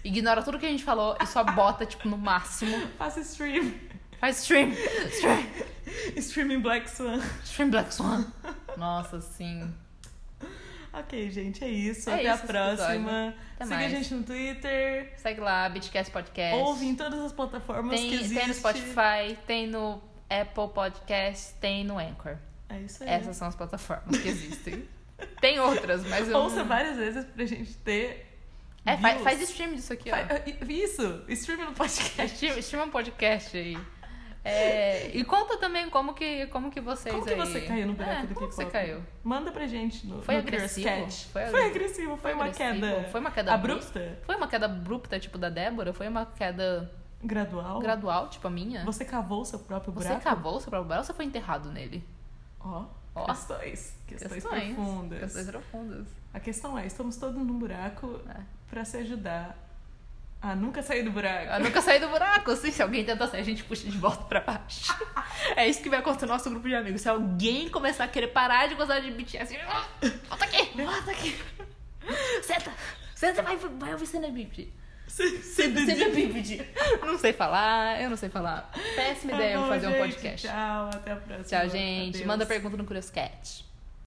S1: Ignora tudo que a gente falou e só bota, tipo, no máximo.
S2: Faça stream.
S1: Faz stream. Stream.
S2: Streaming Black Swan.
S1: Stream Black Swan. Nossa, sim.
S2: Ok, gente, é isso.
S1: É
S2: Até
S1: isso
S2: a
S1: esse
S2: próxima.
S1: Até
S2: Siga
S1: mais.
S2: a gente no Twitter.
S1: Segue lá, Bitcast Podcast.
S2: Ouve em todas as plataformas que
S1: tem,
S2: existem.
S1: tem no Spotify, tem no Apple Podcast, tem no Anchor.
S2: É isso aí.
S1: Essas são as plataformas que existem. tem outras, mas eu.
S2: Ouça
S1: não-
S2: várias vezes pra gente ter.
S1: É, fa- faz,
S2: views.
S1: stream disso aqui, ó.
S2: Fa- Isso! Stream no podcast.
S1: Estima, um podcast aí. É, e conta também como que, como que vocês
S2: Como que
S1: aí...
S2: você caiu no buraco
S1: É,
S2: do
S1: como
S2: K-pop?
S1: você caiu?
S2: Manda pra gente no,
S1: Foi
S2: no
S1: agressivo?
S2: Curious Cat.
S1: Foi
S2: Foi,
S1: agressivo?
S2: agressivo, foi uma
S1: Agressivo?
S2: queda.
S1: Foi uma queda abrupta?
S2: abrupta?
S1: Foi uma queda abrupta, tipo da Débora? Foi uma queda
S2: Gradual?
S1: gradual, tipo a minha?
S2: Oh. Você é cavou seu próprio
S1: Você
S2: buraco?
S1: cavou o seu próprio buraco ou você foi enterrado nele?
S2: Ó,
S1: Ó.
S2: questões. Questões, profundas.
S1: Questões profundas.
S2: A questão é, estamos todos num buraco
S1: É.
S2: pra se ajudar a nunca sair do buraco.
S1: Eu nunca saí do buraco, assim. Se alguém tentar sair, a gente puxa de volta pra baixo. é isso que vai acontecer no nosso grupo de amigos. Se alguém começar a querer parar de gostar de BTS, assim, "Ah, volta aqui, volta aqui. Senta, senta, vai, vai ouvir Cena Bíblia.
S2: Se, se
S1: Cena Bíblia. Não sei falar, eu não sei falar. Péssima
S2: Tá
S1: ideia eu
S2: bom,
S1: fazer um
S2: gente,
S1: podcast.
S2: Tchau, até a próxima.
S1: Tchau, gente.
S2: Adeus.
S1: Manda pergunta no Curious Cat.